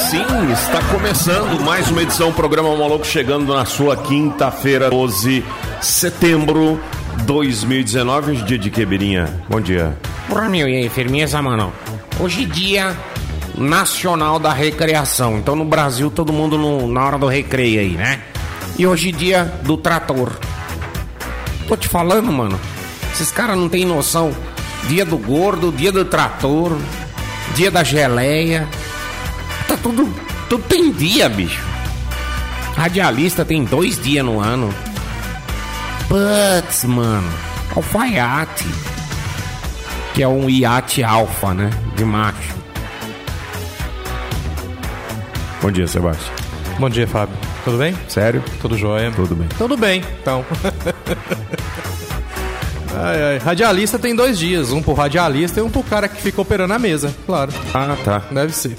Está começando mais uma edição do programa Maluco chegando na sua quinta-feira, 12 de setembro 2019, Hoje é dia de Quebeirinha. Bom dia. Porra, meu, e aí, firmeza, mano? Hoje é dia nacional da recreação. Então no Brasil todo mundo no- na hora do recreio aí, né? E hoje é dia do trator. Tô te falando, mano. Esses caras não têm noção. Dia do gordo, dia do trator, dia da geleia. Tá tudo. Tudo tem dia, bicho. Radialista tem dois dias no ano. Putz, mano. Alfaiate. Que é um iate alfa, né? De macho. Bom dia, Sebastião. Bom dia, Fábio. Tudo bem? Sério? Tudo jóia? Tudo bem. Tudo bem, então. ai, ai. Radialista tem dois dias. Um pro radialista e um pro cara que fica operando a mesa. Claro, Ah, tá. deve ser.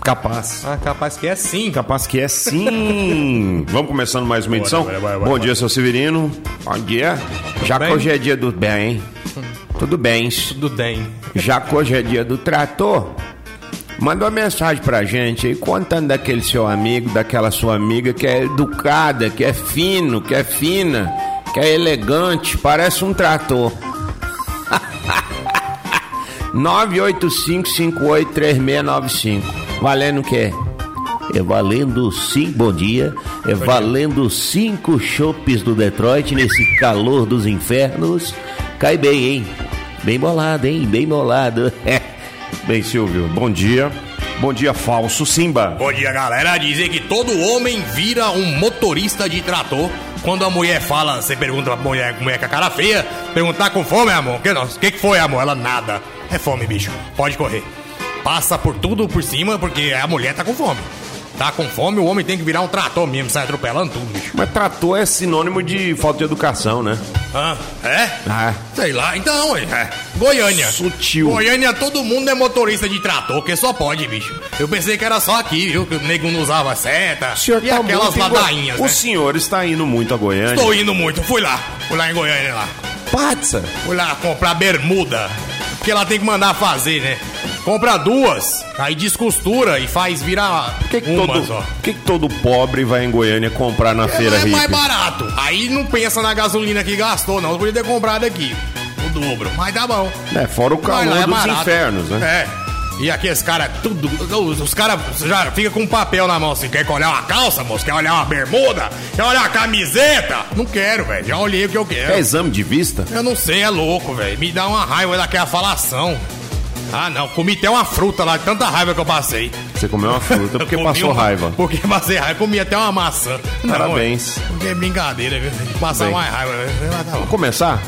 Capaz. Ah, capaz que é sim. Capaz que é sim. Vamos começando mais uma edição. Bom dia, seu Severino. Bom dia. Já que bem? hoje é dia do bem. Tudo bem. Do DEM. Já que hoje é dia do trator, manda uma mensagem pra gente aí contando daquele seu amigo, daquela sua amiga que é educada, que é fino, que é fina, que é elegante, parece um trator. 985-583695. Valendo o quê? É valendo cinco, bom dia. É valendo cinco chopes do Detroit nesse calor dos infernos. Cai bem, hein? Bem bolado, hein? Bem bolado. Bem, Silvio, bom dia. Bom dia, falso Simba. Bom dia, galera. Dizem que todo homem vira um motorista de trator. Quando a mulher fala, você pergunta pra mulher, mulher com a cara feia, perguntar com fome, amor. Que, não, que que foi, amor? Ela nada. É fome, bicho. Pode correr. Passa por tudo por cima, porque a mulher tá com fome. Tá com fome, o homem tem que virar um trator mesmo, sai atropelando tudo, bicho. Mas trator é sinônimo de falta de educação, né? Ah, é? Ah. Sei lá, então, é. é. Goiânia. Sutil. Goiânia, todo mundo é motorista de trator, que só pode, bicho. Eu pensei que era só aqui, viu? Que o nego não usava seta. e aquelas tá muito em Go- ladainhas, O né? senhor está indo muito a Goiânia. Estou indo muito, fui lá. Fui lá em Goiânia lá. Patsa. Fui lá comprar bermuda. Porque ela tem que mandar fazer, né? Compra duas, aí descostura e faz virar Por que, que uma todo, só. por que, que todo pobre vai em Goiânia comprar na feira é mais hippie? barato. Aí não pensa na gasolina que gastou, não. Eu podia ter comprado aqui. O dobro. Mas tá bom. É, fora o Vai calor lá, é dos barato. infernos, né? É. E aqui esse cara, tudo. Os, os caras já fica com um papel na mão assim. Quer olhar uma calça, moço? Quer olhar uma bermuda? Quer olhar uma camiseta? Não quero, velho. Já olhei o que eu quero. É. exame de vista? Eu não sei, é louco, velho. Me dá uma raiva daquela falação. Ah, não. Comi até uma fruta lá, de tanta raiva que eu passei. Você comeu uma fruta porque Comi passou uma- raiva. Porque passei raiva. Comi até uma maçã. Não, Parabéns. ué, Porque é brincadeira, viu? Passar Bem. mais raiva. velho. Mas tá bom. Vamos começar?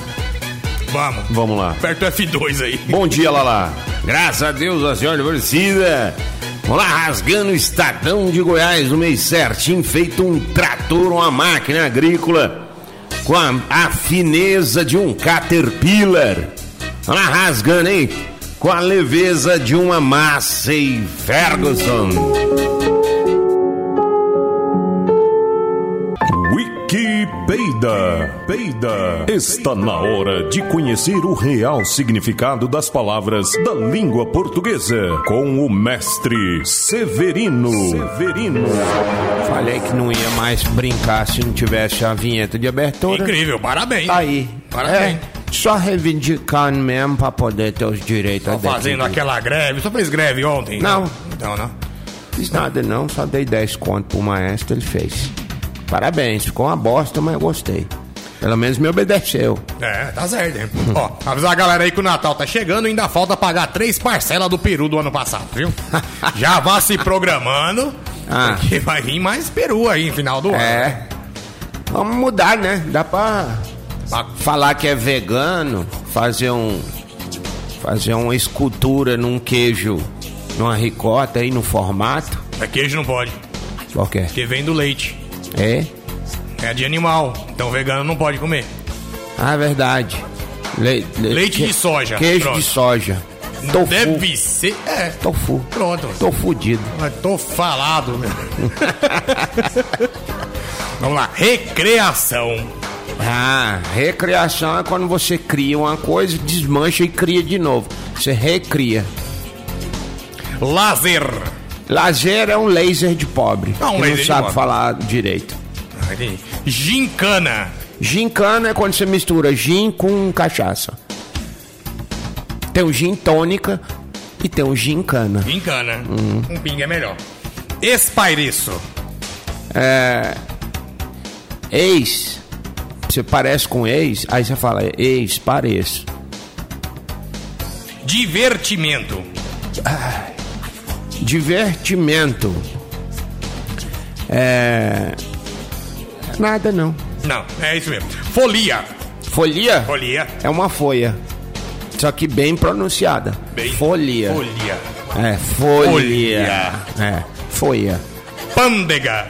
Vamos. Vamos lá. Aperta o F2 aí. Bom dia, Lala. Graças a Deus, a senhora precisa. Vamos lá, rasgando o Estadão de Goiás no mês certinho, feito um trator, uma máquina agrícola, com a, a fineza de um caterpillar. Vamos lá, rasgando, hein? Com a leveza de uma Massey Ferguson. Wiki Peida. Peida. Está na hora de conhecer o real significado das palavras da língua portuguesa com o mestre Severino. Severino. Falei que não ia mais brincar se não tivesse a vinheta de abertura. Incrível, parabéns. Tá aí. Parabéns. É, só reivindicando mesmo pra poder ter os direitos. Tô fazendo adquiridos. aquela greve. Só fez greve ontem? Tá Não. Então não. Fiz nada não, só dei 10 conto pro maestro, ele fez. Parabéns, ficou uma bosta, mas eu gostei. Pelo menos me obedeceu. É, tá certo, hein? Ó, avisar a galera aí que o Natal tá chegando e ainda falta pagar três parcelas do peru do ano passado, viu? Já vá se programando, Ah. porque vai vir mais peru aí no final do ano. É. Vamos mudar, né? Dá pra Pra- falar que é vegano, fazer um. Fazer uma escultura num queijo, numa ricota aí no formato. É queijo não pode, Por quê? porque vem do leite. É? É de animal, então vegano não pode comer. Ah, verdade. Le- le- Leite de soja, Queijo pronto. de soja. Tofu. Deve ser. É, Tofu. pronto. Tô fudido. Mas tô falado, meu. Vamos lá, recreação. Ah, recreação é quando você cria uma coisa, desmancha e cria de novo. Você recria. Lazer. Lazer é um laser de pobre. Ah, um que laser não de sabe pobre. falar direito. Ah, entendi. Gincana. Gincana é quando você mistura gin com cachaça. Tem o gin tônica e tem o gincana. Gincana. Hum. Um pinga é melhor. Espaireço. Ex. Você parece com ex, aí você fala, ex, pareço. Divertimento. Divertimento. É. Nada não. Não, é isso mesmo. Folia. Folia Folia. é uma folha. Só que bem pronunciada. Bem- Folia. Folia. É, folha. Folha. É, folha. Pândega.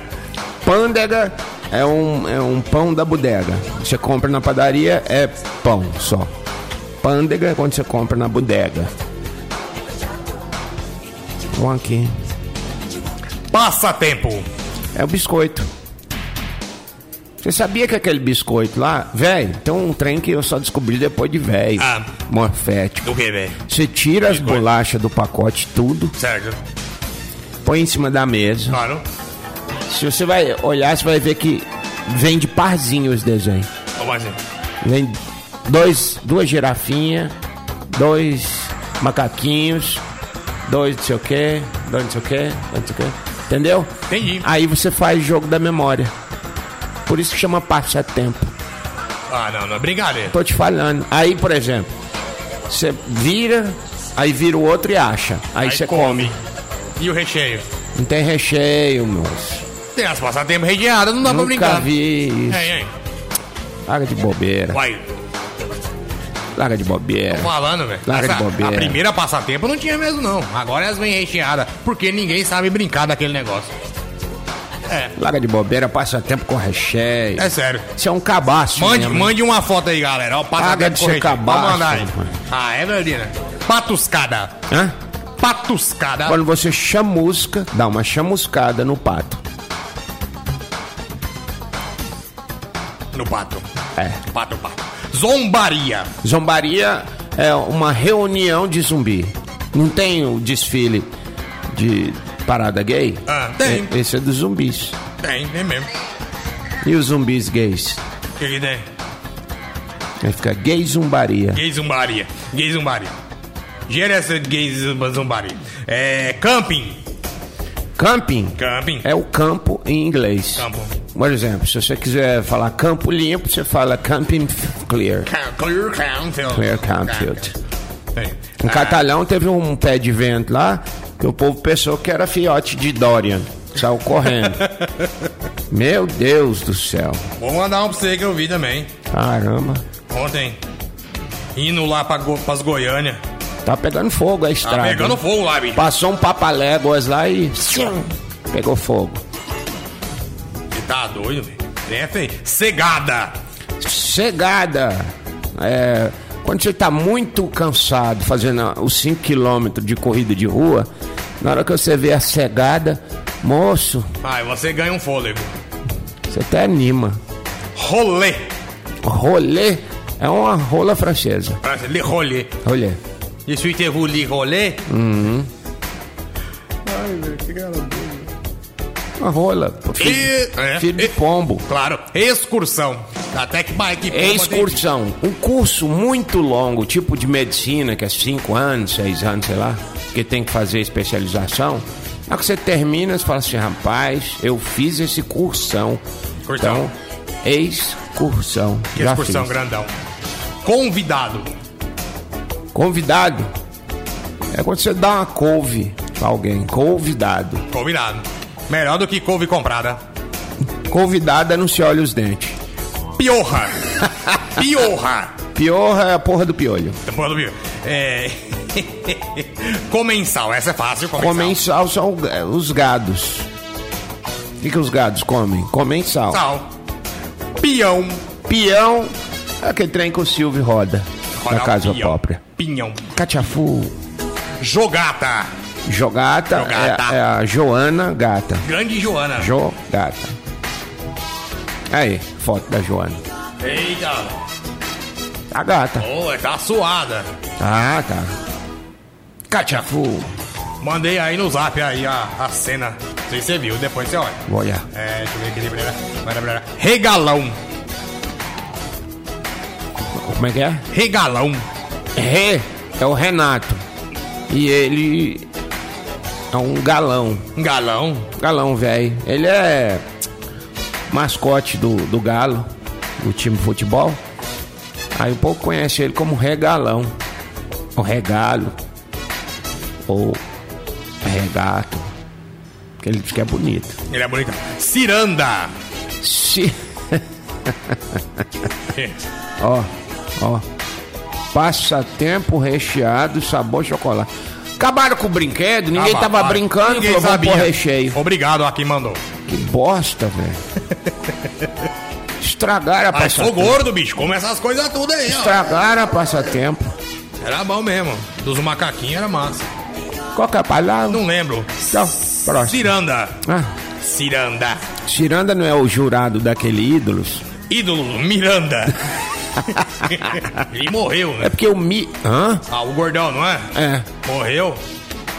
Pândega é um, é um pão da bodega. Você compra na padaria, é pão só. Pândega é quando você compra na bodega. Um aqui. Passatempo. É o biscoito. Você sabia que aquele biscoito lá, velho, tem um trem que eu só descobri depois de velho. Ah. Morfético. Do que, velho? Você tira as Biscoito. bolachas do pacote, tudo, Certo. põe em cima da mesa. Claro. Se você vai olhar, você vai ver que vem de parzinho os desenhos. Como assim? Vem dois, duas girafinhas, dois macaquinhos, dois não sei o quê, dois não sei o quê, dois não sei o quê. Entendeu? Entendi. Aí você faz jogo da memória. Por isso que chama passatempo. Ah, não, não é brincadeira. Tô te falando. Aí, por exemplo, você vira, aí vira o outro e acha. Aí você come. E o recheio? Não tem recheio, moço. Tem as passatempo recheadas, não dá pra Nunca brincar. vi isso. É, é. Larga de bobeira. Vai, Larga de bobeira. falando, velho. Larga de Essa- bobeira. A primeira passatempo não tinha mesmo, não. Agora elas vêm recheadas, porque ninguém sabe brincar daquele negócio. Larga de bobeira, passa tempo com recheio. É sério. Isso é um cabaço. Mande, mesmo. mande uma foto aí, galera. Ó, Paga passatempo de com ser recheio. cabaço, Vamos mandar aí. mano. Ah, é, Verdina? Patuscada. Hã? Patuscada. Quando você chamusca, dá uma chamuscada no pato. No pato. É. Pato, pato. Zombaria. Zombaria é uma reunião de zumbi. Não tem o desfile de parada gay? Ah, tem. E- Esse é dos zumbis. Tem, tem mesmo. E os zumbis gays? O que, que tem? Aí fica gay zumbaria. Gay zombaria. Gay zombaria. Gera essa gay zombaria. É. Camping. Camping Camping. é o campo em inglês. Campo. Por exemplo, se você quiser falar campo limpo, você fala camping clear. Ca- Clear Campfield. Clear Campfield. Tem. Um Ah, catalão teve um pé de vento lá que o povo pensou que era fiote de Dorian. Saiu correndo. Meu Deus do céu. Vou mandar um pra você que eu vi também. Caramba. Ontem. Indo lá pra Go pras Goiânia. Tá pegando fogo a Tá estrada. pegando fogo lá, bicho. Passou um papaléguas lá e. Pegou fogo. Você Tá doido, velho. É feio. Cegada. Chegada. É, quando você tá muito cansado fazendo ah, os 5 quilômetros de corrida de rua, na hora que você vê a cegada, moço, Aí você ganha um fôlego. você até anima. Rolê. Rolê é uma rola francesa. Parece Le rolê. Olha. Je suis vous le rolê. Uma rola. pô, Filho, E- é, filho de e- pombo. Claro. Excursão. Até que vai que Excursão. Um curso muito longo, tipo de medicina, que é 5 anos, 6 anos, sei lá, que tem que fazer especialização. Na hora que você termina, você fala assim, rapaz, eu fiz esse cursão. Cursão. Então, excursão. Que Já excursão fiz. grandão. Convidado. Convidado. É quando você dá uma couve pra alguém. Convidado. Convidado. Melhor do que couve comprada. Convidado é não se olha os dentes. Piorra. Piorra. Piorra é a porra do piolho. Tá bom, viu? É. Comensal. Essa é fácil. Comensal. Comem sal são é, os gados. O que, que os gados comem? Comem sal. Sal. Pião. Peão é aquele trem que o Silvio roda, na Rodar casa pião. própria. Pinhão. Catiafu, Jogata. jogata, Jogata. É, é a Joana Gata. Grande Joana. Jogata. Aí, foto da Joana. Eita. A gata. Oh, tá suada. Ah, tá. Catiafu, Mandei aí no zap aí a, a cena. Não sei se você viu, depois você olha. Vou olhar. É, deixa eu ver aqui. brera, brera, brera. Regalão. Como é que é? Regalão. Re é o Renato. E ele é um galão. Galão. Galão, velho. Ele é mascote do, do Galo, do time de futebol. Aí o povo conhece ele como regalão. O regalo. Ou regato. Porque ele diz que é bonito. Ele é bonito. Ciranda. Se- Ó, ó. Passatempo recheado, sabor chocolate. Acabaram com o brinquedo, ninguém Acabaram. tava brincando, Ninguém falou, vamos pôr sabia. recheio. Obrigado a quem mandou. Que bosta, velho. Estragaram a Mas sou passatempo. gordo, bicho. Come essas coisas tudo aí, ó. Estragaram a passatempo. Era bom mesmo. Dos macaquinhos era massa. Qual que é a palavra? Não lembro. Então, próximo. Ciranda. Ah, Ciranda. Ciranda não é o jurado daquele ídolos? Ídolo, Miranda. Ele morreu, É né? porque o Mi. Hã? Ah, o gordão, não é? É. Morreu.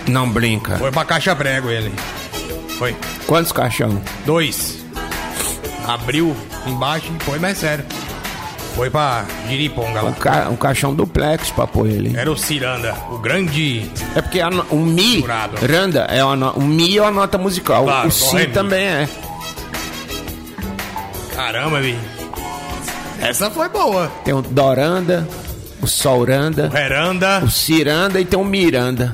Não brinca. Foi pra caixa prego ele. Foi. Quantos caixão? Dois. Abriu embaixo e foi mais sério. Foi pra Giriponga Um, lá. ca... um caixão duplex pra pôr ele. Era o Ciranda, o grande. É porque a no- o Mi. Jurado. Randa é uma no- o Mi é uma nota musical. Claro, o Si corre, Mi. também é. Caramba, vi. Essa foi boa. Tem o Doranda, o Solranda, Heranda o Ciranda e tem o Miranda.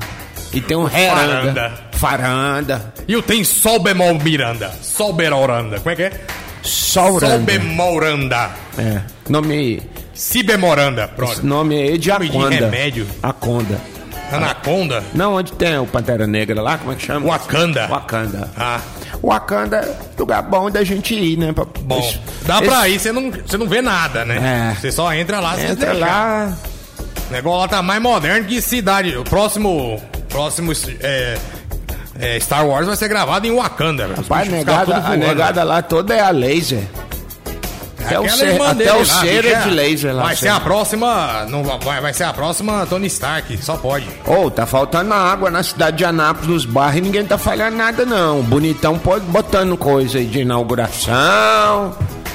E tem o Heranda. Faranda. Faranda. e o tem Sol bemol Miranda. Sol beroranda. Como é que é? Sol Solranda. bemolranda. É. Nome. Si bemoranda. Esse Pronto. nome é de Nome de Aconda. remédio. Aconda. Anaconda. Não, onde tem o Pantera Negra lá, como é que chama? Wakanda. Wakanda. Ah, Wakanda é lugar bom da gente ir, né? Pra- bom. Esse- Dá esse- pra ir, você não, você não vê nada, né? É. Você só entra lá, você Entra lá. O negócio lá tá mais moderno que cidade. O próximo. Próximo. é, é, Star Wars vai ser gravado em Wakanda, velho. Os Pai, bichos ficaram negada, tudo a voando, negada lá toda é a laser. Até o Aquela ser, irmã até dele o lá, ser é bicho, de laser lá. é Vai ser sabe? a próxima. Não, vai, vai ser a próxima Tony Stark, só pode. Ô, tá faltando água na cidade de Anápolis, nos bairros, e ninguém tá falhando nada, não. Bonitão pode botando coisa aí de inauguração.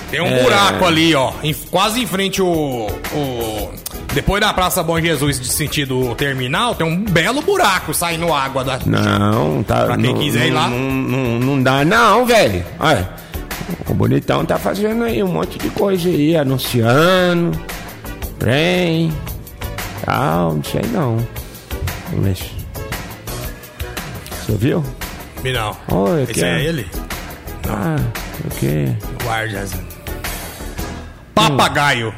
Tem um É. buraco ali, ó. em- quase em frente o. o- Depois da Praça Bom Jesus de sentido terminal, tem um belo buraco saindo água da. Não, tá. Pra quem não- quiser ir não- lá. Não, não, não dá, não, velho. Olha, o bonitão tá fazendo aí um monte de coisa aí, anunciando, trem, tal, não sei não. Mas. Você viu? Não. Olha Esse que é é. ele? Ah, o quê? Guardias. Papagaio.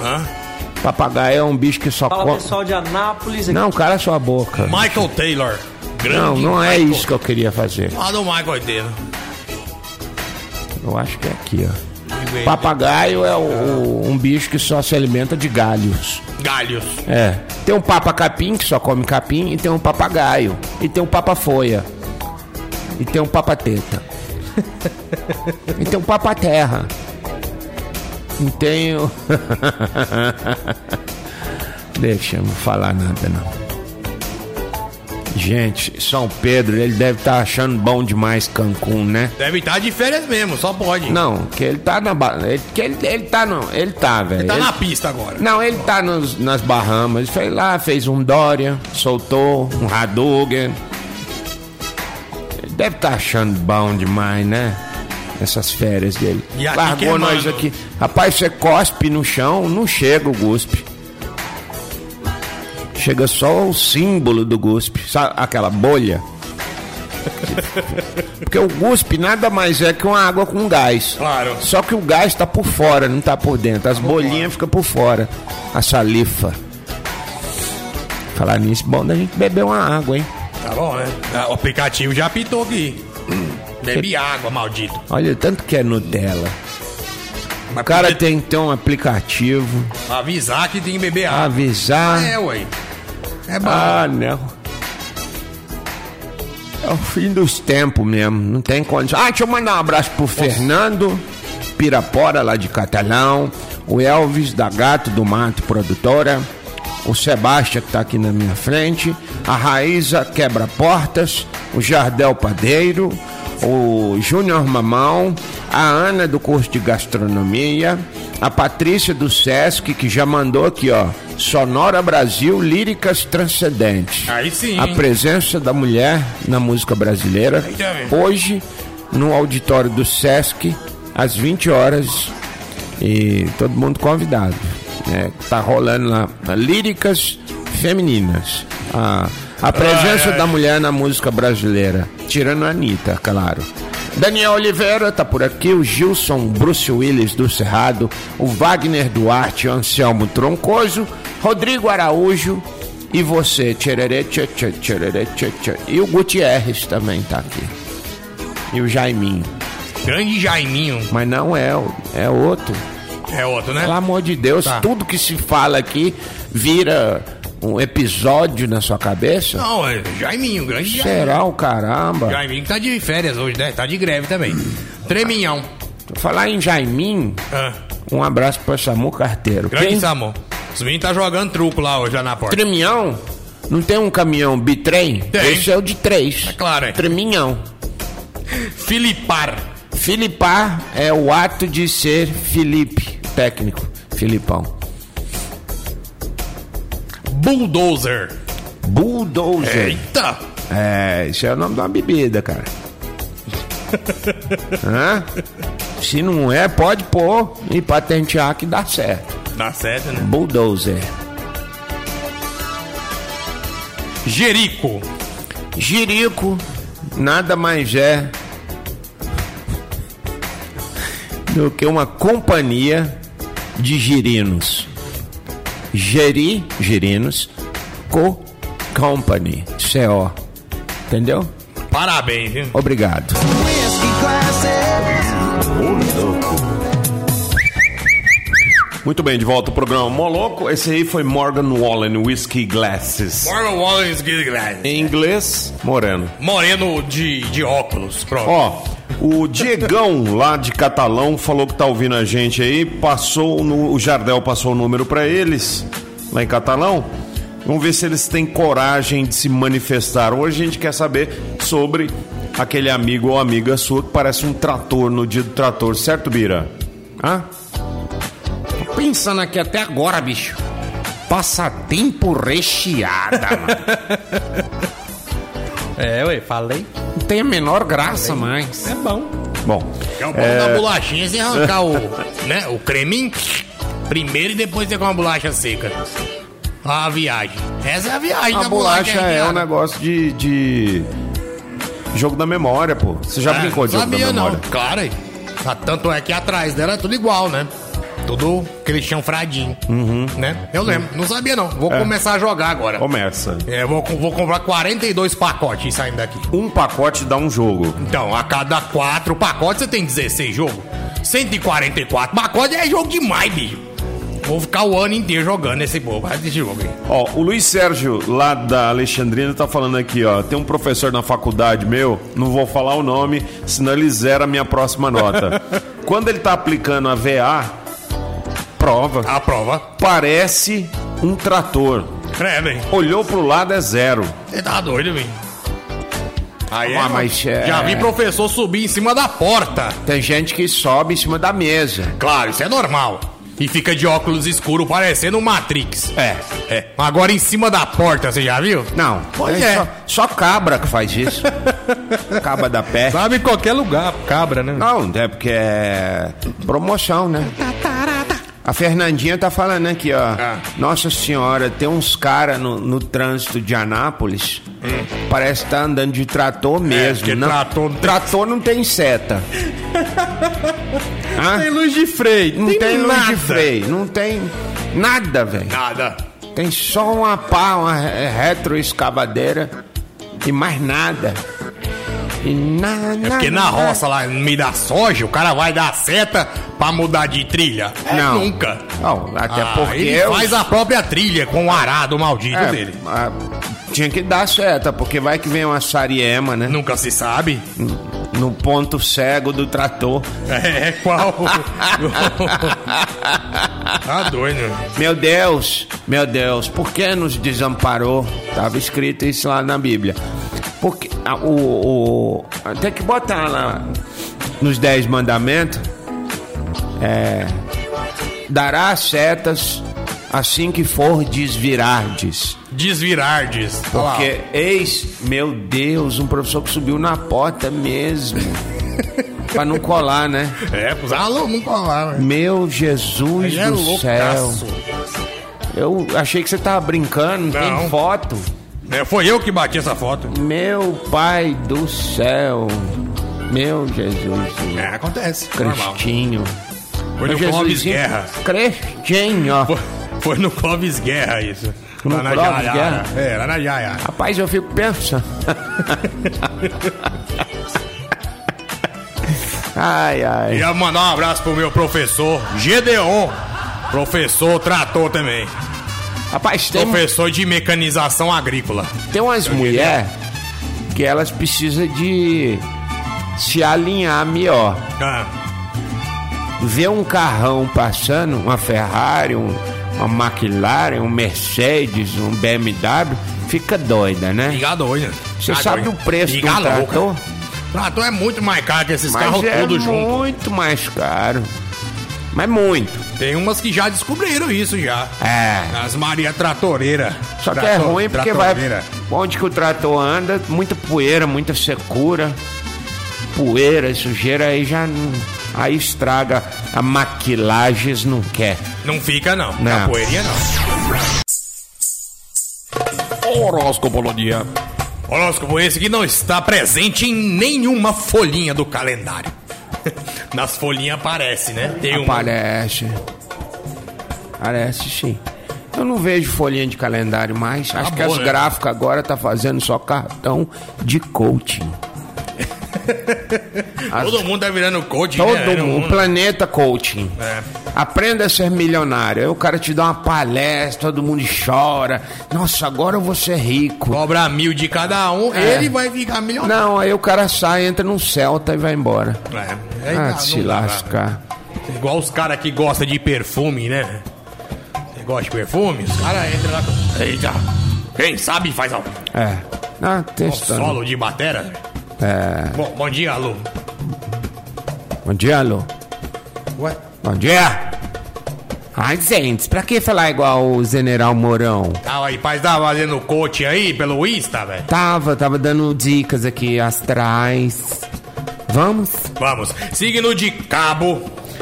Hã? Papagaio é um bicho que só Fala come. pessoal de Anápolis, aqui Não, cala sua boca. Michael Taylor. Grande Não, não é Michael. isso que eu queria fazer. Ah, do Michael Taylor. Eu acho que é aqui, ó. Papagaio é o- o- um bicho que só se alimenta de galhos. Galhos. É. Tem um papa capim que só come capim e tem um papagaio e tem um papa folha e tem um papa teta e tem um papa terra. Não tenho. Deixa eu não falar nada não. Gente, São Pedro, ele deve estar achando bom demais Cancún, né? Deve estar de férias mesmo, só pode. Não, que ele tá na ba- ele, que ele, ele tá não, ele tá, velho. Tá Ele- na pista agora. não, ele tá nos- nas Bahamas. Foi lá, fez um Dória, soltou um Hadouken. Ele Deve estar achando bom demais, né? Essas férias dele. E aqui Largou queimando. nós aqui. Rapaz, você cospe no chão, não chega o guspe. Chega só o símbolo do guspe, sabe? Aquela bolha. Porque o guspe nada mais é que uma água com gás. Claro. Só que o gás tá por fora, não tá por dentro. As bolinhas ficam por fora. A salifa. Falar nisso, bom da gente beber uma água, hein? Tá bom, né? Ah, O aplicativo já apitou aqui. Bebe água, maldito. Olha o tanto que é Nutella. O cara porque- tem que ter um aplicativo, Avisar que tem que beber água. avisar. É, ué. É bom. Ah, não. É o fim dos tempos mesmo, não tem condição. Ah, deixa eu mandar um abraço pro Fernando Pirapora, lá de Catalão, o Elvis da Gato do Mato Produtora, o Sebastião, que está aqui na minha frente, a Raíza Quebra-Portas, o Jardel Padeiro, o Júnior Mamão, a Ana do curso de gastronomia, a Patrícia do Sesc, que já mandou aqui, ó, Sonora Brasil, líricas transcendentes. Aí sim, A hein? presença da mulher na música brasileira, também. hoje, no auditório do Sesc, às 20 horas, e todo mundo convidado. né? tá rolando lá tá, líricas femininas. A, a Ah, presença é. da mulher na música brasileira. Tirando a Anitta, claro. Daniel Oliveira tá por aqui, o Gilson Bruce Willis do Cerrado, o Wagner Duarte, o Anselmo Troncoso, Rodrigo Araújo e você, tchererê, tchê, tchê, tchererê, tchê, tchê. e o Gutierrez também tá aqui. E o Jaiminho. Grande Jaiminho. Mas não é, o- é outro. É outro, né? Pelo amor de Deus, Tá. tudo que se fala aqui vira um episódio na sua cabeça? Não, é Jaiminho, grande Jaiminho. Será o caramba? Jaiminho que tá de férias hoje, né? Tá de greve também. Treminhão. Falar em Jaiminho, Ah, um abraço pra Samu Carteiro. grande Quem? Samu. Os meninos tá jogando truco lá hoje, lá na porta. Treminhão? Não tem um caminhão bitrem? Tem. Esse é o de três. É claro, é. Treminhão. Filipar. Filipar é o ato de ser Felipe, técnico. Filipão. Bulldozer. Bulldozer. Eita. É, isso é o nome de uma bebida, cara. Hã? Se não é, pode pôr e patentear que dá certo. Dá certo, né? Bulldozer. Jerico. Jirico nada mais é do que uma companhia de girinos. Geri, girinos, co company, CO. Entendeu? Parabéns, viu? Obrigado. Muito bem, de volta ao programa Moloco. Esse aí foi Morgan Wallen, Whiskey Glasses. Morgan Wallace Gilligan. Em inglês, Moreno. Moreno de, de óculos, pronto. Ó, o Diegão lá de Catalão falou que tá ouvindo a gente aí, passou no, o Jardel passou o número pra eles lá em Catalão. Vamos ver se eles têm coragem de se manifestar. Hoje a gente quer saber sobre aquele amigo ou amiga sua que parece um trator no dia do trator, certo, Bira? Hã? Tô pensando aqui até agora, bicho. Passatempo recheada, mano. É, ué, falei. Não tem a menor graça mais. É bom. Bom, É o bom da bolachinha sem arrancar o, né, o creminho primeiro e depois ter com uma bolacha seca. A viagem. Essa é a viagem a da bolacha é um arrepiada. negócio de, de jogo da memória, pô. Você já É, brincou de jogo da sabia memória? não, claro. aí. Tá, tanto é que atrás dela é tudo igual, né? Tudo aquele chão fradinho. Uhum. Né? Eu lembro. Não sabia não. Vou É. começar a jogar agora. Começa. É, vou, co- vou comprar 42 pacotes saindo daqui. Um pacote dá um jogo. Então, a cada quatro pacotes você tem 16 jogos. 144 pacotes é jogo demais, bicho. Vou ficar o ano inteiro jogando esse bobo, esse jogo aí. Ó, o Luiz Sérgio, lá da Alexandrina, tá falando aqui, ó. Tem um professor na faculdade meu, não vou falar o nome, senão ele zera a minha próxima nota. Quando ele tá aplicando a VA, prova, A prova. parece um trator. É, velho. Olhou pro lado, é zero. Você tá doido, velho. Aí é, Ah, mas é- Já vi professor subir em cima da porta. Tem gente que sobe em cima da mesa. Claro, isso é normal. E fica de óculos escuro parecendo um Matrix. É. é. Agora em cima da porta, você já viu? Não, Pois tem é. Só, só cabra que faz isso. cabra da pé. Sabe em qualquer lugar, cabra, né? Não, é porque é promoção, né? A Fernandinha tá falando aqui, ó. Ah. Nossa senhora, tem uns caras no, no trânsito de Anápolis. Parece que tá andando de trator mesmo. porque não, Hum. É, trator não tem- trator não tem seta. Hã? Tem luz de freio. Não tem, luz de nada. freio, não tem nada, velho. Nada. Tem só uma pá, uma re- retroescavadeira e mais nada. E na, É porque na roça lá, no meio da soja, o cara vai dar seta pra mudar de trilha. É Não. Nunca. Não, até Ah, porque ele eu- faz a própria trilha com o arado maldito É, dele. ah, tinha que dar seta, porque vai que vem uma sariema, né? Nunca se sabe. no ponto cego do trator. É, qual? tá doido. Meu Deus, meu Deus, por que nos desamparou? Tava escrito isso lá na Bíblia. Porque ah, o, o tem que botar lá nos dez mandamentos. é, dará setas assim que for desvirardes. Desvirardes. Olha lá. Porque eis, meu Deus, um professor que subiu na porta mesmo. pra não colar, né? É, os alunos não colaram. Meu Jesus Ele é do céu. loucaço. Eu achei que você tava brincando, não. tem Não. foto. É, foi eu que bati essa foto. Meu pai do céu. Meu Jesus. É, acontece. Normal. Crestinho. Foi no Meu Clóvis Jesusinho. Guerra. Crestinho, ó. Foi, foi no Clóvis Guerra isso. No lá na Clóvis Jaiara. Guerra? É, lá na Jaiara. Rapaz, eu fico pensando. ai, ai. Queria mandar um abraço pro meu professor, Gedeon. Professor trator também. Rapaz, tem, Professor de mecanização agrícola. tem umas mulheres que elas precisam de se alinhar melhor. Ah, ver um carrão passando, uma Ferrari, um- uma McLaren, um Mercedes, um BMW, fica doida, né? liga doida. Você Tá sabe doida. o preço do Liga louca. trator? Trator é muito mais caro que esses Mas carros é todos juntos. muito mais caro. Mas muito. Tem umas que já descobriram isso já. É. As Maria Tratoreira. Só que é Trator- ruim porque vai. tratoreira. Onde que o trator anda, muita poeira, muita secura, poeira, sujeira, aí já. não- Aí estraga. A maquilagens não quer. Não fica, não. Não. Na poeirinha, não. Horóscopo do dia. Horóscopo esse que não está presente em nenhuma folhinha do calendário. Nas folhinhas aparece, né? Tem uma. Parece. Parece é sim. Eu não vejo folhinha de calendário mais. Acho que bom, as né? gráficas agora tá fazendo só cartão de coaching. Todo mundo tá virando coach, Todo né? Era um- mundo, o planeta coaching. É. Aprenda a ser milionário. Aí o cara te dá uma palestra, todo mundo chora. Nossa, agora eu vou ser rico. Cobra mil de cada um, É. ele vai ficar milionário. Não, aí o cara sai, entra num Celta e vai embora. É, aí Ah, dá, se não dá. lascar. Igual os caras que gostam de perfume, né? Você gosta de perfume? Os caras entram lá com. Eita! Quem sabe faz um É. Ah, um testando. solo de batera. É. Bom, bom dia, Alô. Bom dia, alô. Ué? Bom dia! Ai, gente, pra que falar igual o General Mourão? Tava Tá aí, paz, tava fazendo coach aí pelo Insta, velho. Tava, tava dando dicas aqui astrais. Vamos? Vamos. Signo de cabo.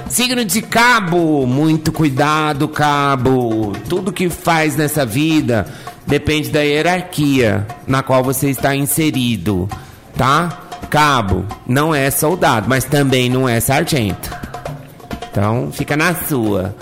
Signo de cabo, muito cuidado, cabo. Tudo que faz nessa vida depende da hierarquia na qual você está inserido, tá? Cabo não é soldado, mas também não é sargento. Então, fica na sua.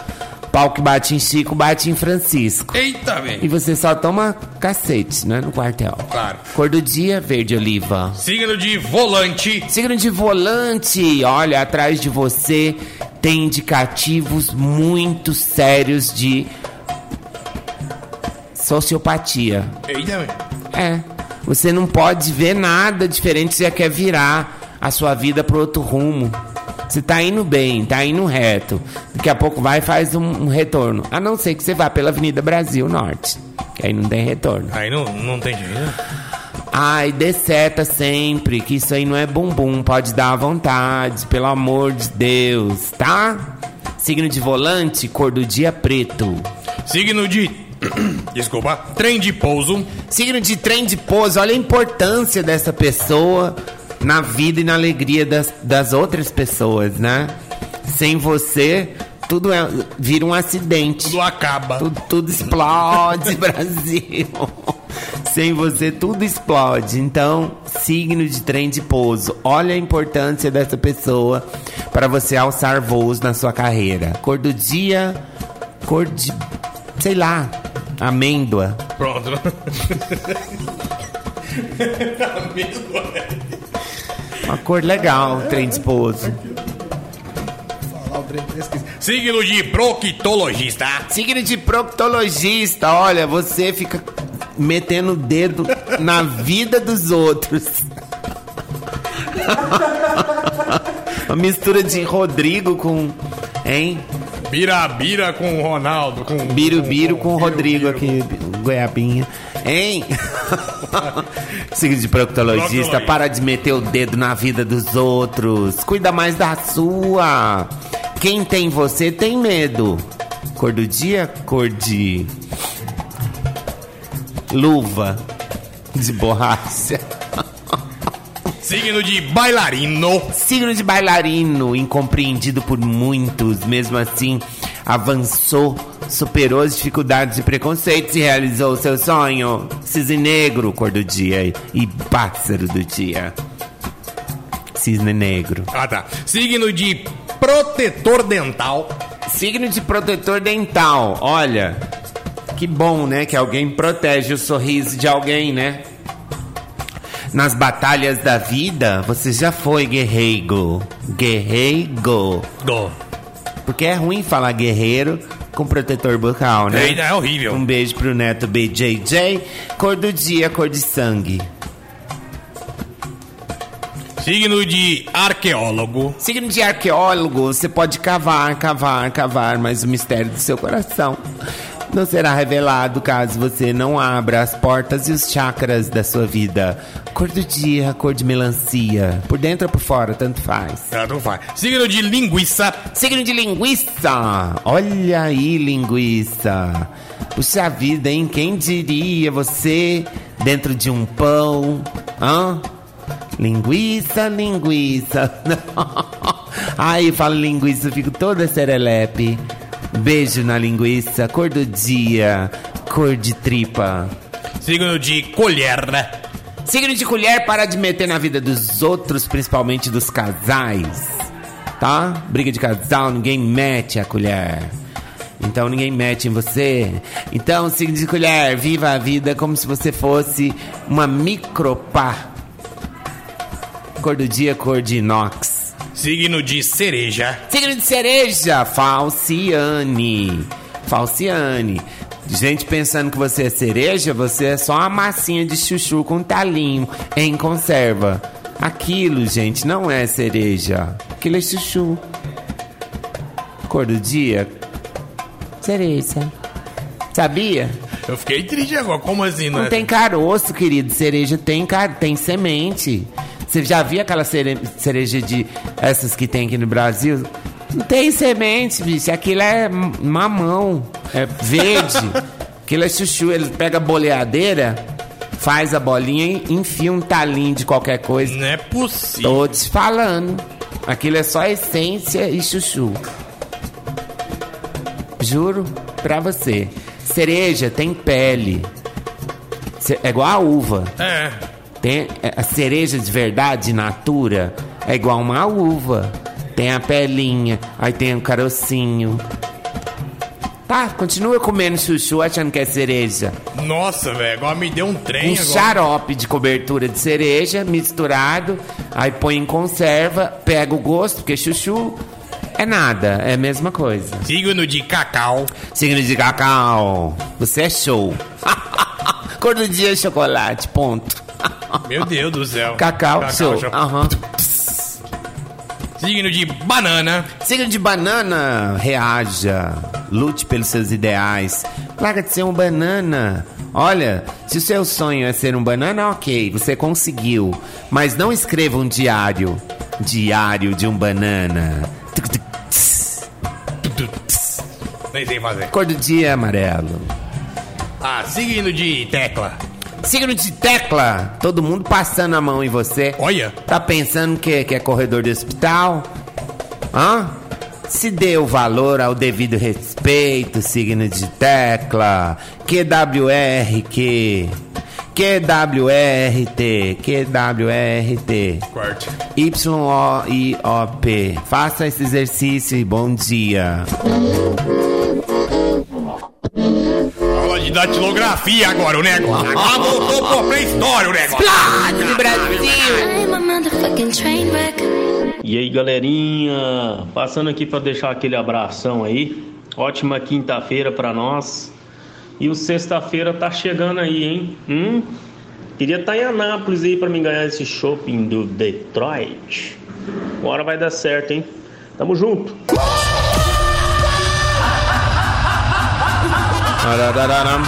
Pau que bate em Chico, bate em Francisco. Eita, E velho. você só toma cacete, né? No quartel. Claro. Cor do dia, verde oliva. Signo de volante. Signo de volante, olha, atrás de você tem indicativos muito sérios de sociopatia. Eita, velho. É. Você não pode ver nada diferente, você já quer virar a sua vida pro outro rumo. Você tá indo bem, tá indo reto. Daqui a pouco vai e faz um, um retorno. A não ser que você vá pela Avenida Brasil Norte. Que aí não tem retorno. Aí não, não tem jeito. né? Ai, dê seta sempre, que isso aí não é bumbum, pode dar à vontade, pelo amor de Deus, tá? Signo de volante, cor do dia preto. Signo de. Desculpa. Trem de pouso. Signo de trem de pouso, olha a importância dessa pessoa na vida e na alegria das, das outras pessoas, né? Sem você, tudo é, vira um acidente. Tudo acaba. Tudo, tudo explode, Brasil. Sem você, tudo explode. Então, signo de trem de pouso. Olha a importância dessa pessoa para você alçar voos na sua carreira. Cor do dia, cor de. sei lá, amêndoa. Pronto. Amigo, Tá é. Uma cor legal, trem de pouso. Signo de proctologista. Signo de proctologista, olha, você fica metendo o dedo na vida dos outros. Uma mistura de Rodrigo com. Hein? Birabira com o Ronaldo, com Birubiru com o Rodrigo aqui, goiabinha. Hein? Siga de proctologista, Proctologista. para de meter o dedo na vida dos outros. Cuida mais da sua. Quem tem você tem medo. Cor do dia, cor de. Luva. De borracha. Signo de bailarino. Signo de bailarino, incompreendido por muitos, mesmo assim, avançou, superou as dificuldades e preconceitos e realizou o seu sonho. Cisne negro, cor do dia e pássaro do dia. Cisne negro. Ah, tá. Signo de protetor dental. Signo de protetor dental, olha. Que bom, né? Que alguém protege o sorriso de alguém, né? Nas batalhas da vida, você já foi guerreiro. Guerreiro. Go. Porque é ruim falar guerreiro com protetor bucal, né? É, é horrível. Um beijo pro neto BJJ. Cor do dia, cor de sangue. Signo de arqueólogo. Signo de arqueólogo, você pode cavar, cavar, cavar, mas o mistério do seu coração não será revelado caso você não abra as portas e os chakras da sua vida. Cor do dia, cor de melancia. Por dentro ou por fora, tanto faz. Ah, não vai. Signo de linguiça. Signo de linguiça. Olha aí, linguiça. Puxa vida, hein? Quem diria você dentro de um pão? Hã? Linguiça, linguiça. Ai, eu falo linguiça, eu fico toda serelepe. Beijo na linguiça, cor do dia, cor de tripa. Signo de colher. Signo de colher para de meter na vida dos outros, principalmente dos casais. Tá? Briga de casal, ninguém mete a colher. Então ninguém mete em você. Então, signo de colher, viva a vida como se você fosse uma micropá. Cor do dia, cor de inox. Signo de cereja. Signo de cereja, Falciane. Falciane. Gente pensando que você é cereja, você é só uma massinha de chuchu com talinho em conserva. Aquilo, gente, não é cereja. Aquilo é chuchu. Cor do dia? Cereja. Sabia? Eu fiquei triste agora. Como assim, Não né? tem caroço, querido. Cereja tem, car... tem semente. Você já viu aquela cere... cereja de essas que tem aqui no Brasil? Não tem semente, bicho. Aquilo é m- mamão. É verde. Aquilo é chuchu. Ele pega a boleadeira, faz a bolinha e enfia um talinho de qualquer coisa. Não é possível. Tô te falando. Aquilo é só essência e chuchu. Juro pra você. Cereja tem pele. Ce- É igual a uva. É. Tem é, a cereja de verdade, de natura, é igual uma uva. Tem a pelinha, aí tem o carocinho. Tá, continua comendo chuchu achando que é cereja. Nossa, velho. Agora me deu um trem Um agora. xarope de cobertura de cereja misturado, aí põe em conserva, pega o gosto, porque chuchu é nada, é a mesma coisa. Signo de cacau. Signo de cacau, você é show. Cor do dia é chocolate, ponto. Meu Deus do céu. Cacau, show. show. Aham. Signo de banana. Signo de banana, reaja. Lute pelos seus ideais. Larga de ser um banana. Olha, se o seu sonho é ser um banana, ok, você conseguiu. Mas não escreva um diário. Diário de um banana. Tuc, tuc, tss. Nem sei fazer. Cor do dia amarelo. Ah, signo de tecla. Signo de tecla. Todo mundo passando a mão em você. Olha. Tá pensando que, que é corredor de hospital? Hã? Se dê o valor ao devido respeito, signo de tecla. QWRQ. QWRT. QWRT. Corte. Y-O-I-O-P. Faça esse exercício e bom dia. Aula de datilografia agora, o negócio. Agora voltou pro pré-história o negócio. de Brasil! I'm a motherfucking train wreck. E aí, galerinha, passando aqui para deixar aquele abração aí. Ótima quinta-feira para nós. E o sexta-feira tá chegando aí, hein? Hum? Queria estar em Anápolis aí para me ganhar esse shopping do Detroit. Uma hora vai dar certo, hein? Tamo junto. Ararararam.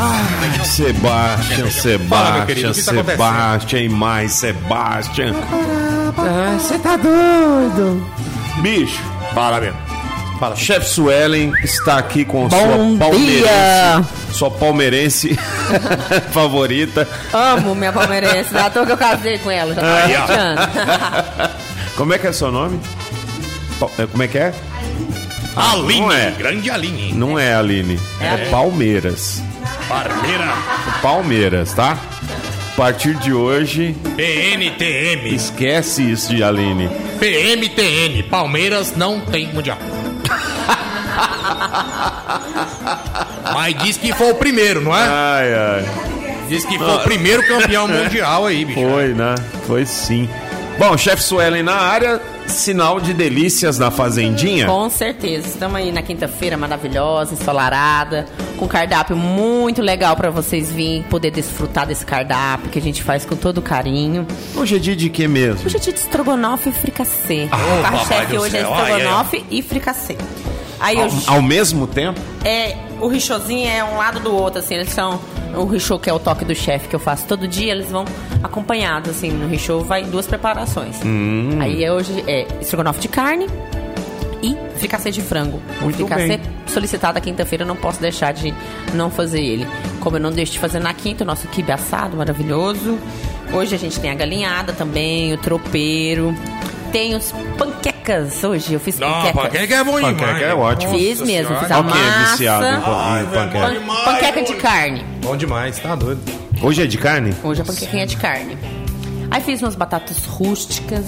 Ah, Sebastian, Fala, meu querido, Sebastian, o que tá acontecendo? Sebastian e mais Sebastian. Você tá doido? Bicho, Fala mesmo. Chef Suelen está aqui com Bom sua palmeirense, dia! sua palmeirense favorita. Amo minha palmeirense. Na toa que eu casei com ela. Já tá Aí, ó. chateando. Como é que é seu nome? Pa- é, Como é que é? Aline, não é. grande Aline. Não é Aline, é, Palmeiras. Parmeira Palmeiras, tá? A partir de hoje, PNTM. esquece isso de Aline. PMTN. Palmeiras não tem mundial. Mas diz que foi o primeiro, não é? Ai, ai. Diz que foi o primeiro campeão mundial aí, bicho. É. Foi, né? Foi sim. Bom, chefe Suelen na área, sinal de delícias na fazendinha. Com certeza. Estamos aí na quinta-feira maravilhosa, ensolarada, com cardápio muito legal pra vocês virem poder desfrutar desse cardápio que a gente faz com todo carinho. Hoje é dia de quê mesmo? Hoje é dia de estrogonofe e fricassê. Ah, o papai carro-chefe do hoje é céu. Olha aí, estrogonofe e fricassê. Aí eu, Ao mesmo tempo? é, o richozinho é um lado do outro, assim, eles são... O richô, que é o toque do chefe que eu faço todo dia, eles vão acompanhados, assim, no richô vai duas preparações. Aí é hoje é estrogonofe de carne e fricassê de frango. O fricassê solicitado na quinta-feira, eu não posso deixar de não fazer ele. Como eu não deixo de fazer na quinta, o nosso quibe assado maravilhoso. Hoje a gente tem a galinhada também, o tropeiro. Tem os panquecas hoje, eu fiz Não, panquecas. panqueca é bom demais. Panqueca é ótimo. Fiz mesmo, fiz a Olha quem é massa. viciado em pan- Ai, em velho, panqueca. olha. Pan- panqueca de carne. Bom demais, tá doido. Hoje é de carne? Hoje a panquequinha é de carne. Aí fiz umas batatas rústicas.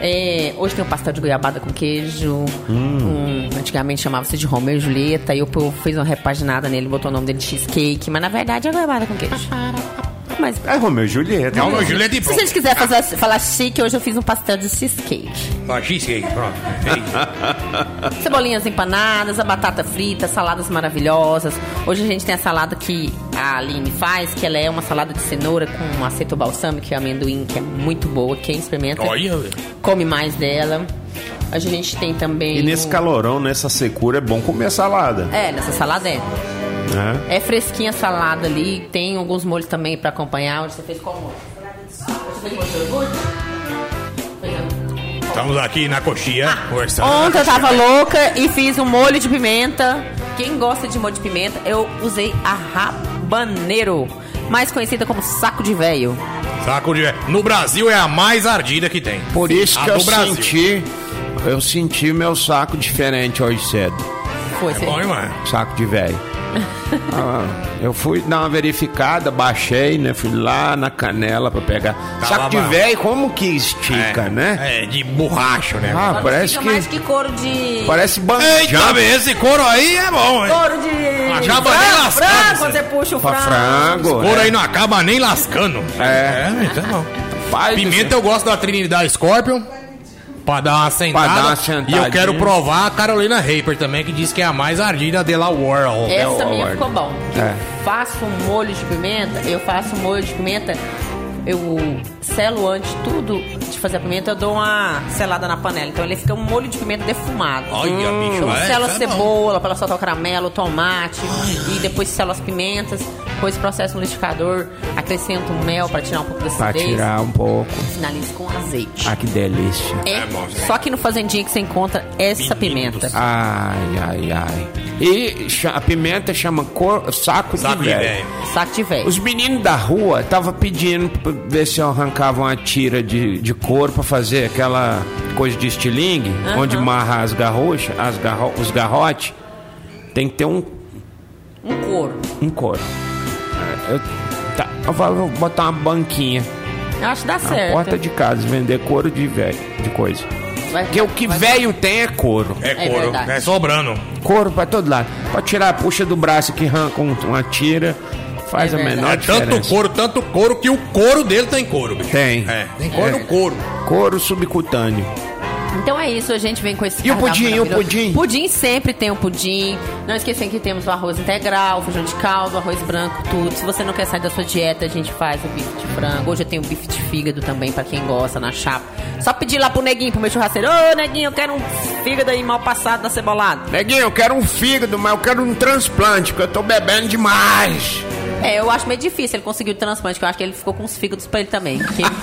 É, hoje tem um pastel de goiabada com queijo. Um, antigamente chamava-se de Romeu e Julieta. Aí eu, eu fiz uma repaginada nele, botou o nome dele de cheesecake. Mas na verdade é goiabada com queijo. Mas É Romeu e Julieta. Não, meu Juliette, se pronto. vocês quiserem fazer, falar chique, hoje eu fiz um pastel de cheesecake. Ah, cheesecake, pronto. Cebolinhas empanadas, a batata frita, saladas maravilhosas. Hoje a gente tem a salada que a Aline faz, que ela é uma salada de cenoura com aceto balsâmico e amendoim, que é muito boa. Quem experimenta, Olha, velho. come mais dela. Hoje a gente tem também... E nesse um- calorão, nessa secura, é bom comer salada. É, nessa salada é. Né? É fresquinha a salada ali, tem alguns molhos também pra acompanhar. Hoje você fez qual molho? Você fez molho de iogurte? Estamos aqui na coxinha. Ah. conversando na Ontem eu coxinha. tava louca e fiz um molho de pimenta. Quem gosta de molho de pimenta, eu usei a rabaneiro, mais conhecida como saco de véio. Saco de... No Brasil é a mais ardida que tem. É Por isso A que do eu Ah, Brasil. senti. Eu senti meu saco diferente hoje cedo. Foi, É cê- bom, irmão. Saco de velho. Ah, eu fui dar uma verificada, baixei, né? Fui lá na canela pra pegar. lá, Tá saco de mano. velho, como que estica, é, né? É, de borracha, né? Ah, parece fica que. mais que couro de... Parece Eita, banjado. bem, esse couro aí é bom, hein? Couro de... Ah, já banei frango, lascado, frango, cê. quando você puxa o Pra frango. frango. Couro é. aí não acaba nem lascando. É. então tá bom. Pai do Pimenta eu gosto da Trinidad Scorpion. Pra dar uma sentada. Pra dar uma e eu sentadinha. quero provar a Carolina Reaper também, que diz que é a mais ardida de La World. Essa o minha Howard. ficou bom. É. Eu faço um molho de pimenta, eu faço um molho de pimenta, eu selo antes tudo de fazer a pimenta, eu dou uma selada na panela. Então ele fica um molho de pimenta defumado. Hum. Olha, bicho, eu é, selo a isso é bom. cebola pra ela soltar o caramelo, o tomate, e depois selo as pimentas, depois processo no liquidificador, acrescento mel pra tirar um pouco da Pra acidez, tirar um pouco. finalizo com azeite. Ah, que delícia. É, É bom, gente. só que no fazendinha que você encontra essa Menino pimenta. Ai, ai, ai. E cha- a pimenta chama cor- saco, Saco de de velho. velho. Saco de velho. Os meninos da rua estavam pedindo pra ver se eu arrancava uma tira de, de couro pra fazer aquela coisa de estilingue, onde marra as garrochas, as garro, os garrotes. Tem que ter um, Um couro. um couro. Eu, tá, eu falo, vou botar uma banquinha Eu acho que dá na certo. porta de casa, vender couro de velho, de coisa. Vai- Porque o que vai- velho tem é couro. É É couro, verdade. é sobrando. Couro pra todo lado. Pode tirar, puxa do braço aqui, arranca um- uma tira, faz É a verdade. menor é diferença. tanto couro, tanto couro que o couro dele tem couro, bicho. Tem. É, tem couro É. no couro. Couro subcutâneo. Então é isso, a gente vem com esse E o cardápio pudim, e o maravilhoso. pudim? Pudim sempre tem o pudim. Não esquecem que temos o arroz integral, o feijão de caldo, o arroz branco, tudo. Se você não quer sair da sua dieta, a gente faz o bife de frango. Hoje eu tenho bife de fígado também, pra quem gosta, na chapa. Só pedir lá pro neguinho, pro meu churrasqueiro. Ô, neguinho, eu quero um fígado aí mal passado na cebolada. Neguinho, eu quero um fígado, mas eu quero um transplante, porque eu tô bebendo demais. É, eu acho meio difícil ele conseguir o transplante, que eu acho que ele ficou com os fígados pra ele também. porque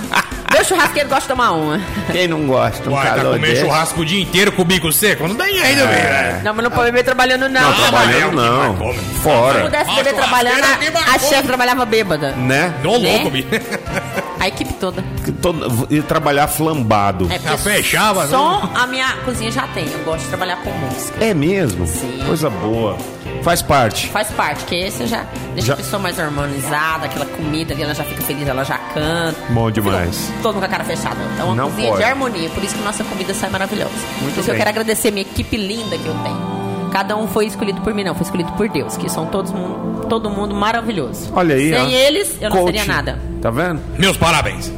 meu churrasqueiro gosta de tomar uma. Quem não gosta? Um Uai, tá calor comendo desse. churrasco o dia inteiro com o bico seco? Não tem é ainda, velho. Não, mas não pode beber trabalhando, não. É. Não, Se trabalhando mas- não. Fora, pudesse beber Ó, trabalhando, churrasqueiro aqui a, a marcou. chefe trabalhava bêbada. né? Ô, Né? louco, bicho. A equipe toda. Que todo- E trabalhar flambado. É Já né? fechava, Só a minha cozinha já tem. Eu gosto de trabalhar com música. É mesmo? Sim. Coisa boa. Faz parte. Faz parte, que esse já deixa Já- a pessoa mais harmonizada, aquela comida ali, ela já fica feliz, ela já canta. Bom demais. Fica Todo mundo com a cara fechada. É uma Não cozinha pode. de harmonia, por isso que nossa comida sai maravilhosa. Muito por isso que eu bem. quero agradecer a minha equipe linda que eu tenho. Cada um foi escolhido por mim, não, foi escolhido por Deus, que são todos mundo, todo mundo maravilhoso. Olha aí, Sem ó. eles, eu não Coaching. seria nada. Tá vendo? Meus parabéns.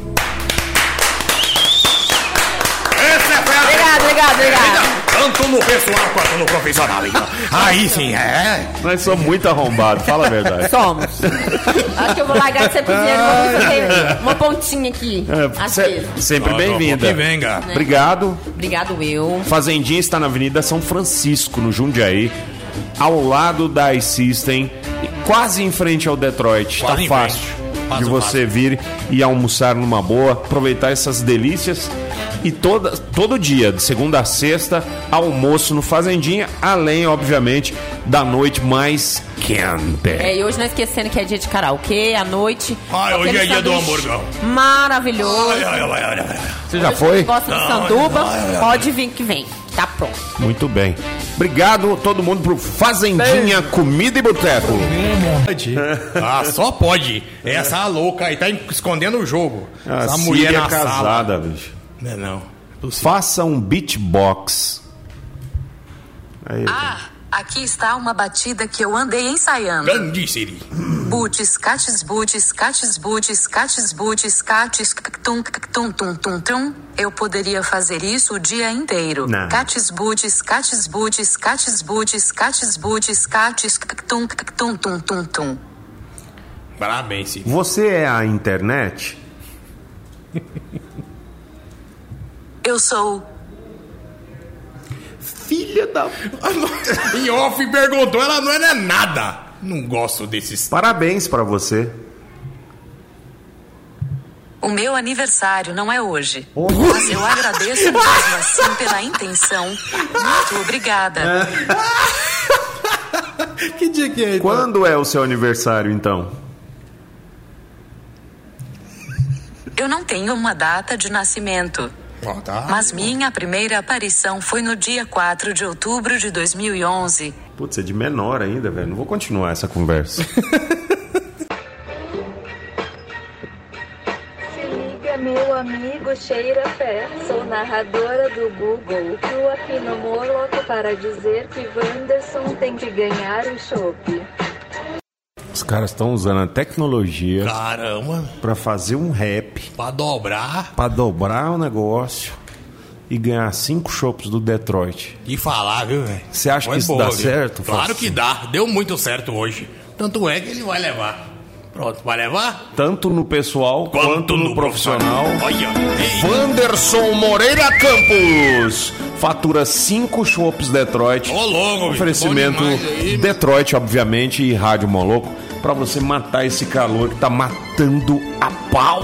Obrigado, obrigado, Tá. obrigado. Tanto no pessoal quanto no profissional. hein? Aí sim, é. Nós somos muito arrombados, fala a verdade. Somos. Acho que eu vou largar de ser cozinheiro, vou fazer uma pontinha aqui. Ah. É, às se- vezes. Né? sempre Que bem-vinda. venga. Obrigado. Obrigado, eu. Fazendinha está na Avenida São Francisco, no Jundiaí, ao lado da iSystem, e quase em frente ao Detroit. Quase em tá fácil frente. Fácil, de você vir e almoçar numa boa, aproveitar essas delícias. E toda, todo dia, de segunda a sexta, almoço no Fazendinha, além, obviamente, da noite mais quente. É, e hoje não esquecendo que é dia de karaokê, à noite. Ai, hoje é dia do sanduíche hamburgão. Maravilhoso. Ai, é. ai, ai, ai, ai. Você já foi? Gosta de sanduba, pode vir que vem. Tá pronto. Muito bem. Obrigado todo mundo pro Fazendinha Comida e Boteco. Pode. Ah, só pode. Essa louca aí tá escondendo o jogo. Ah, Essa mulher é Síria na sala. Assim é casada, bicho. Não, é não. Faça um beatbox. Ah, aqui está uma batida que eu andei ensaiando. Grande Siri. Butes, cates, butes, cates, butes, cates, butes, cates, tum, tum, tum, tum, tum. Eu poderia fazer isso o dia inteiro. Não. Cates, butes, cates, butes, cates, butes, cates, butes, cates, tum, tum, tum, tum, tum. Parabéns, Siri. Você é a internet? Eu sou Filha da. Em off perguntou, ela não era nada. Não gosto desses. Parabéns pra você. O meu aniversário não é hoje. Mas eu agradeço mesmo assim pela intenção. Muito obrigada. Que dia que é? então? Quando é o seu aniversário, então? Eu não tenho uma data de nascimento. Ó, tá. Ah. Mas minha primeira aparição foi no dia 4 de outubro de 2011. Putz, é de menor ainda, velho. Não vou continuar essa conversa. Se liga, é meu amigo, cheira fé. Sou narradora do Google. Tu aqui no Moloco para dizer que Wanderson tem que ganhar o chope. Os caras estão usando a tecnologia Caramba, pra fazer um rap, pra dobrar pra dobrar o negócio e ganhar cinco chopos do Detroit. e falar, viu, velho? Você acha Foi que isso dá certo, Claro Fausto? que dá. Deu muito certo hoje. Tanto é que ele vai levar. Pronto, vai levar? Tanto no pessoal quanto, no, profissional. Olha, ei, Wanderson Moreira Campos fatura cinco chopps Detroit. Ô, louco, bicho. Oferecimento Bom demais aí, Detroit, obviamente, e Rádio Moloco pra você matar esse calor que tá matando a pau.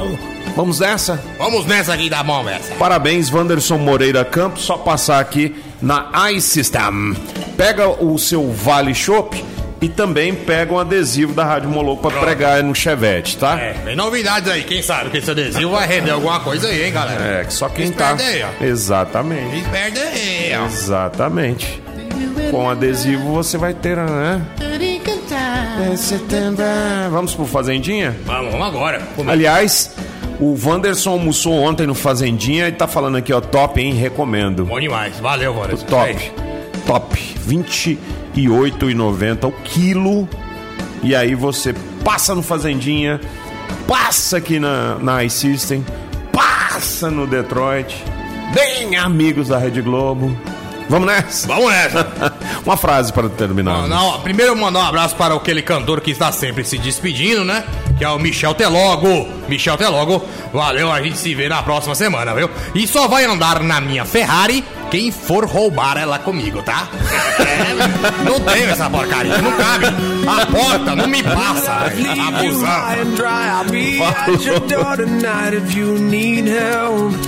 Vamos nessa? vamos nessa aqui da mão, velho. Parabéns, Wanderson Moreira Campos. Só passar aqui na iSystem. Pega o seu Vale Chopp e também pega um adesivo da Rádio Moloco pra pregar no Chevette, tá? É, tem novidades aí, quem sabe que esse adesivo vai render alguma coisa aí, hein, galera? É, que só quem Eles tá. perdem aí, ó. Então. Exatamente. Eles perdem aí, ó. Exatamente. Com adesivo você vai ter, né? É, setembro. Vamos pro Fazendinha? Vamos, vamos agora. Come- Aliás, o Wanderson almoçou ontem no Fazendinha e tá falando aqui, ó, top, hein? Recomendo. Bom demais. Valeu, Vanessa. Top. Top. R$28,90 o quilo. E aí você passa no Fazendinha, passa aqui na, na iSystem, passa no Detroit Bem, amigos da Rede Globo. Vamos nessa? Vamos nessa. Uma frase para terminar. Não, não, primeiro eu mandar um abraço para aquele cantor que está sempre se despedindo, né? Que é o Michel Telogo. Michel Telogo, valeu, a gente se vê na próxima semana, viu? E só vai andar na minha Ferrari quem for roubar ela comigo, tá? É, não tenho essa porcaria, não cabe. A porta não me passa. Abusando. I'll be at your door tonight if you need help.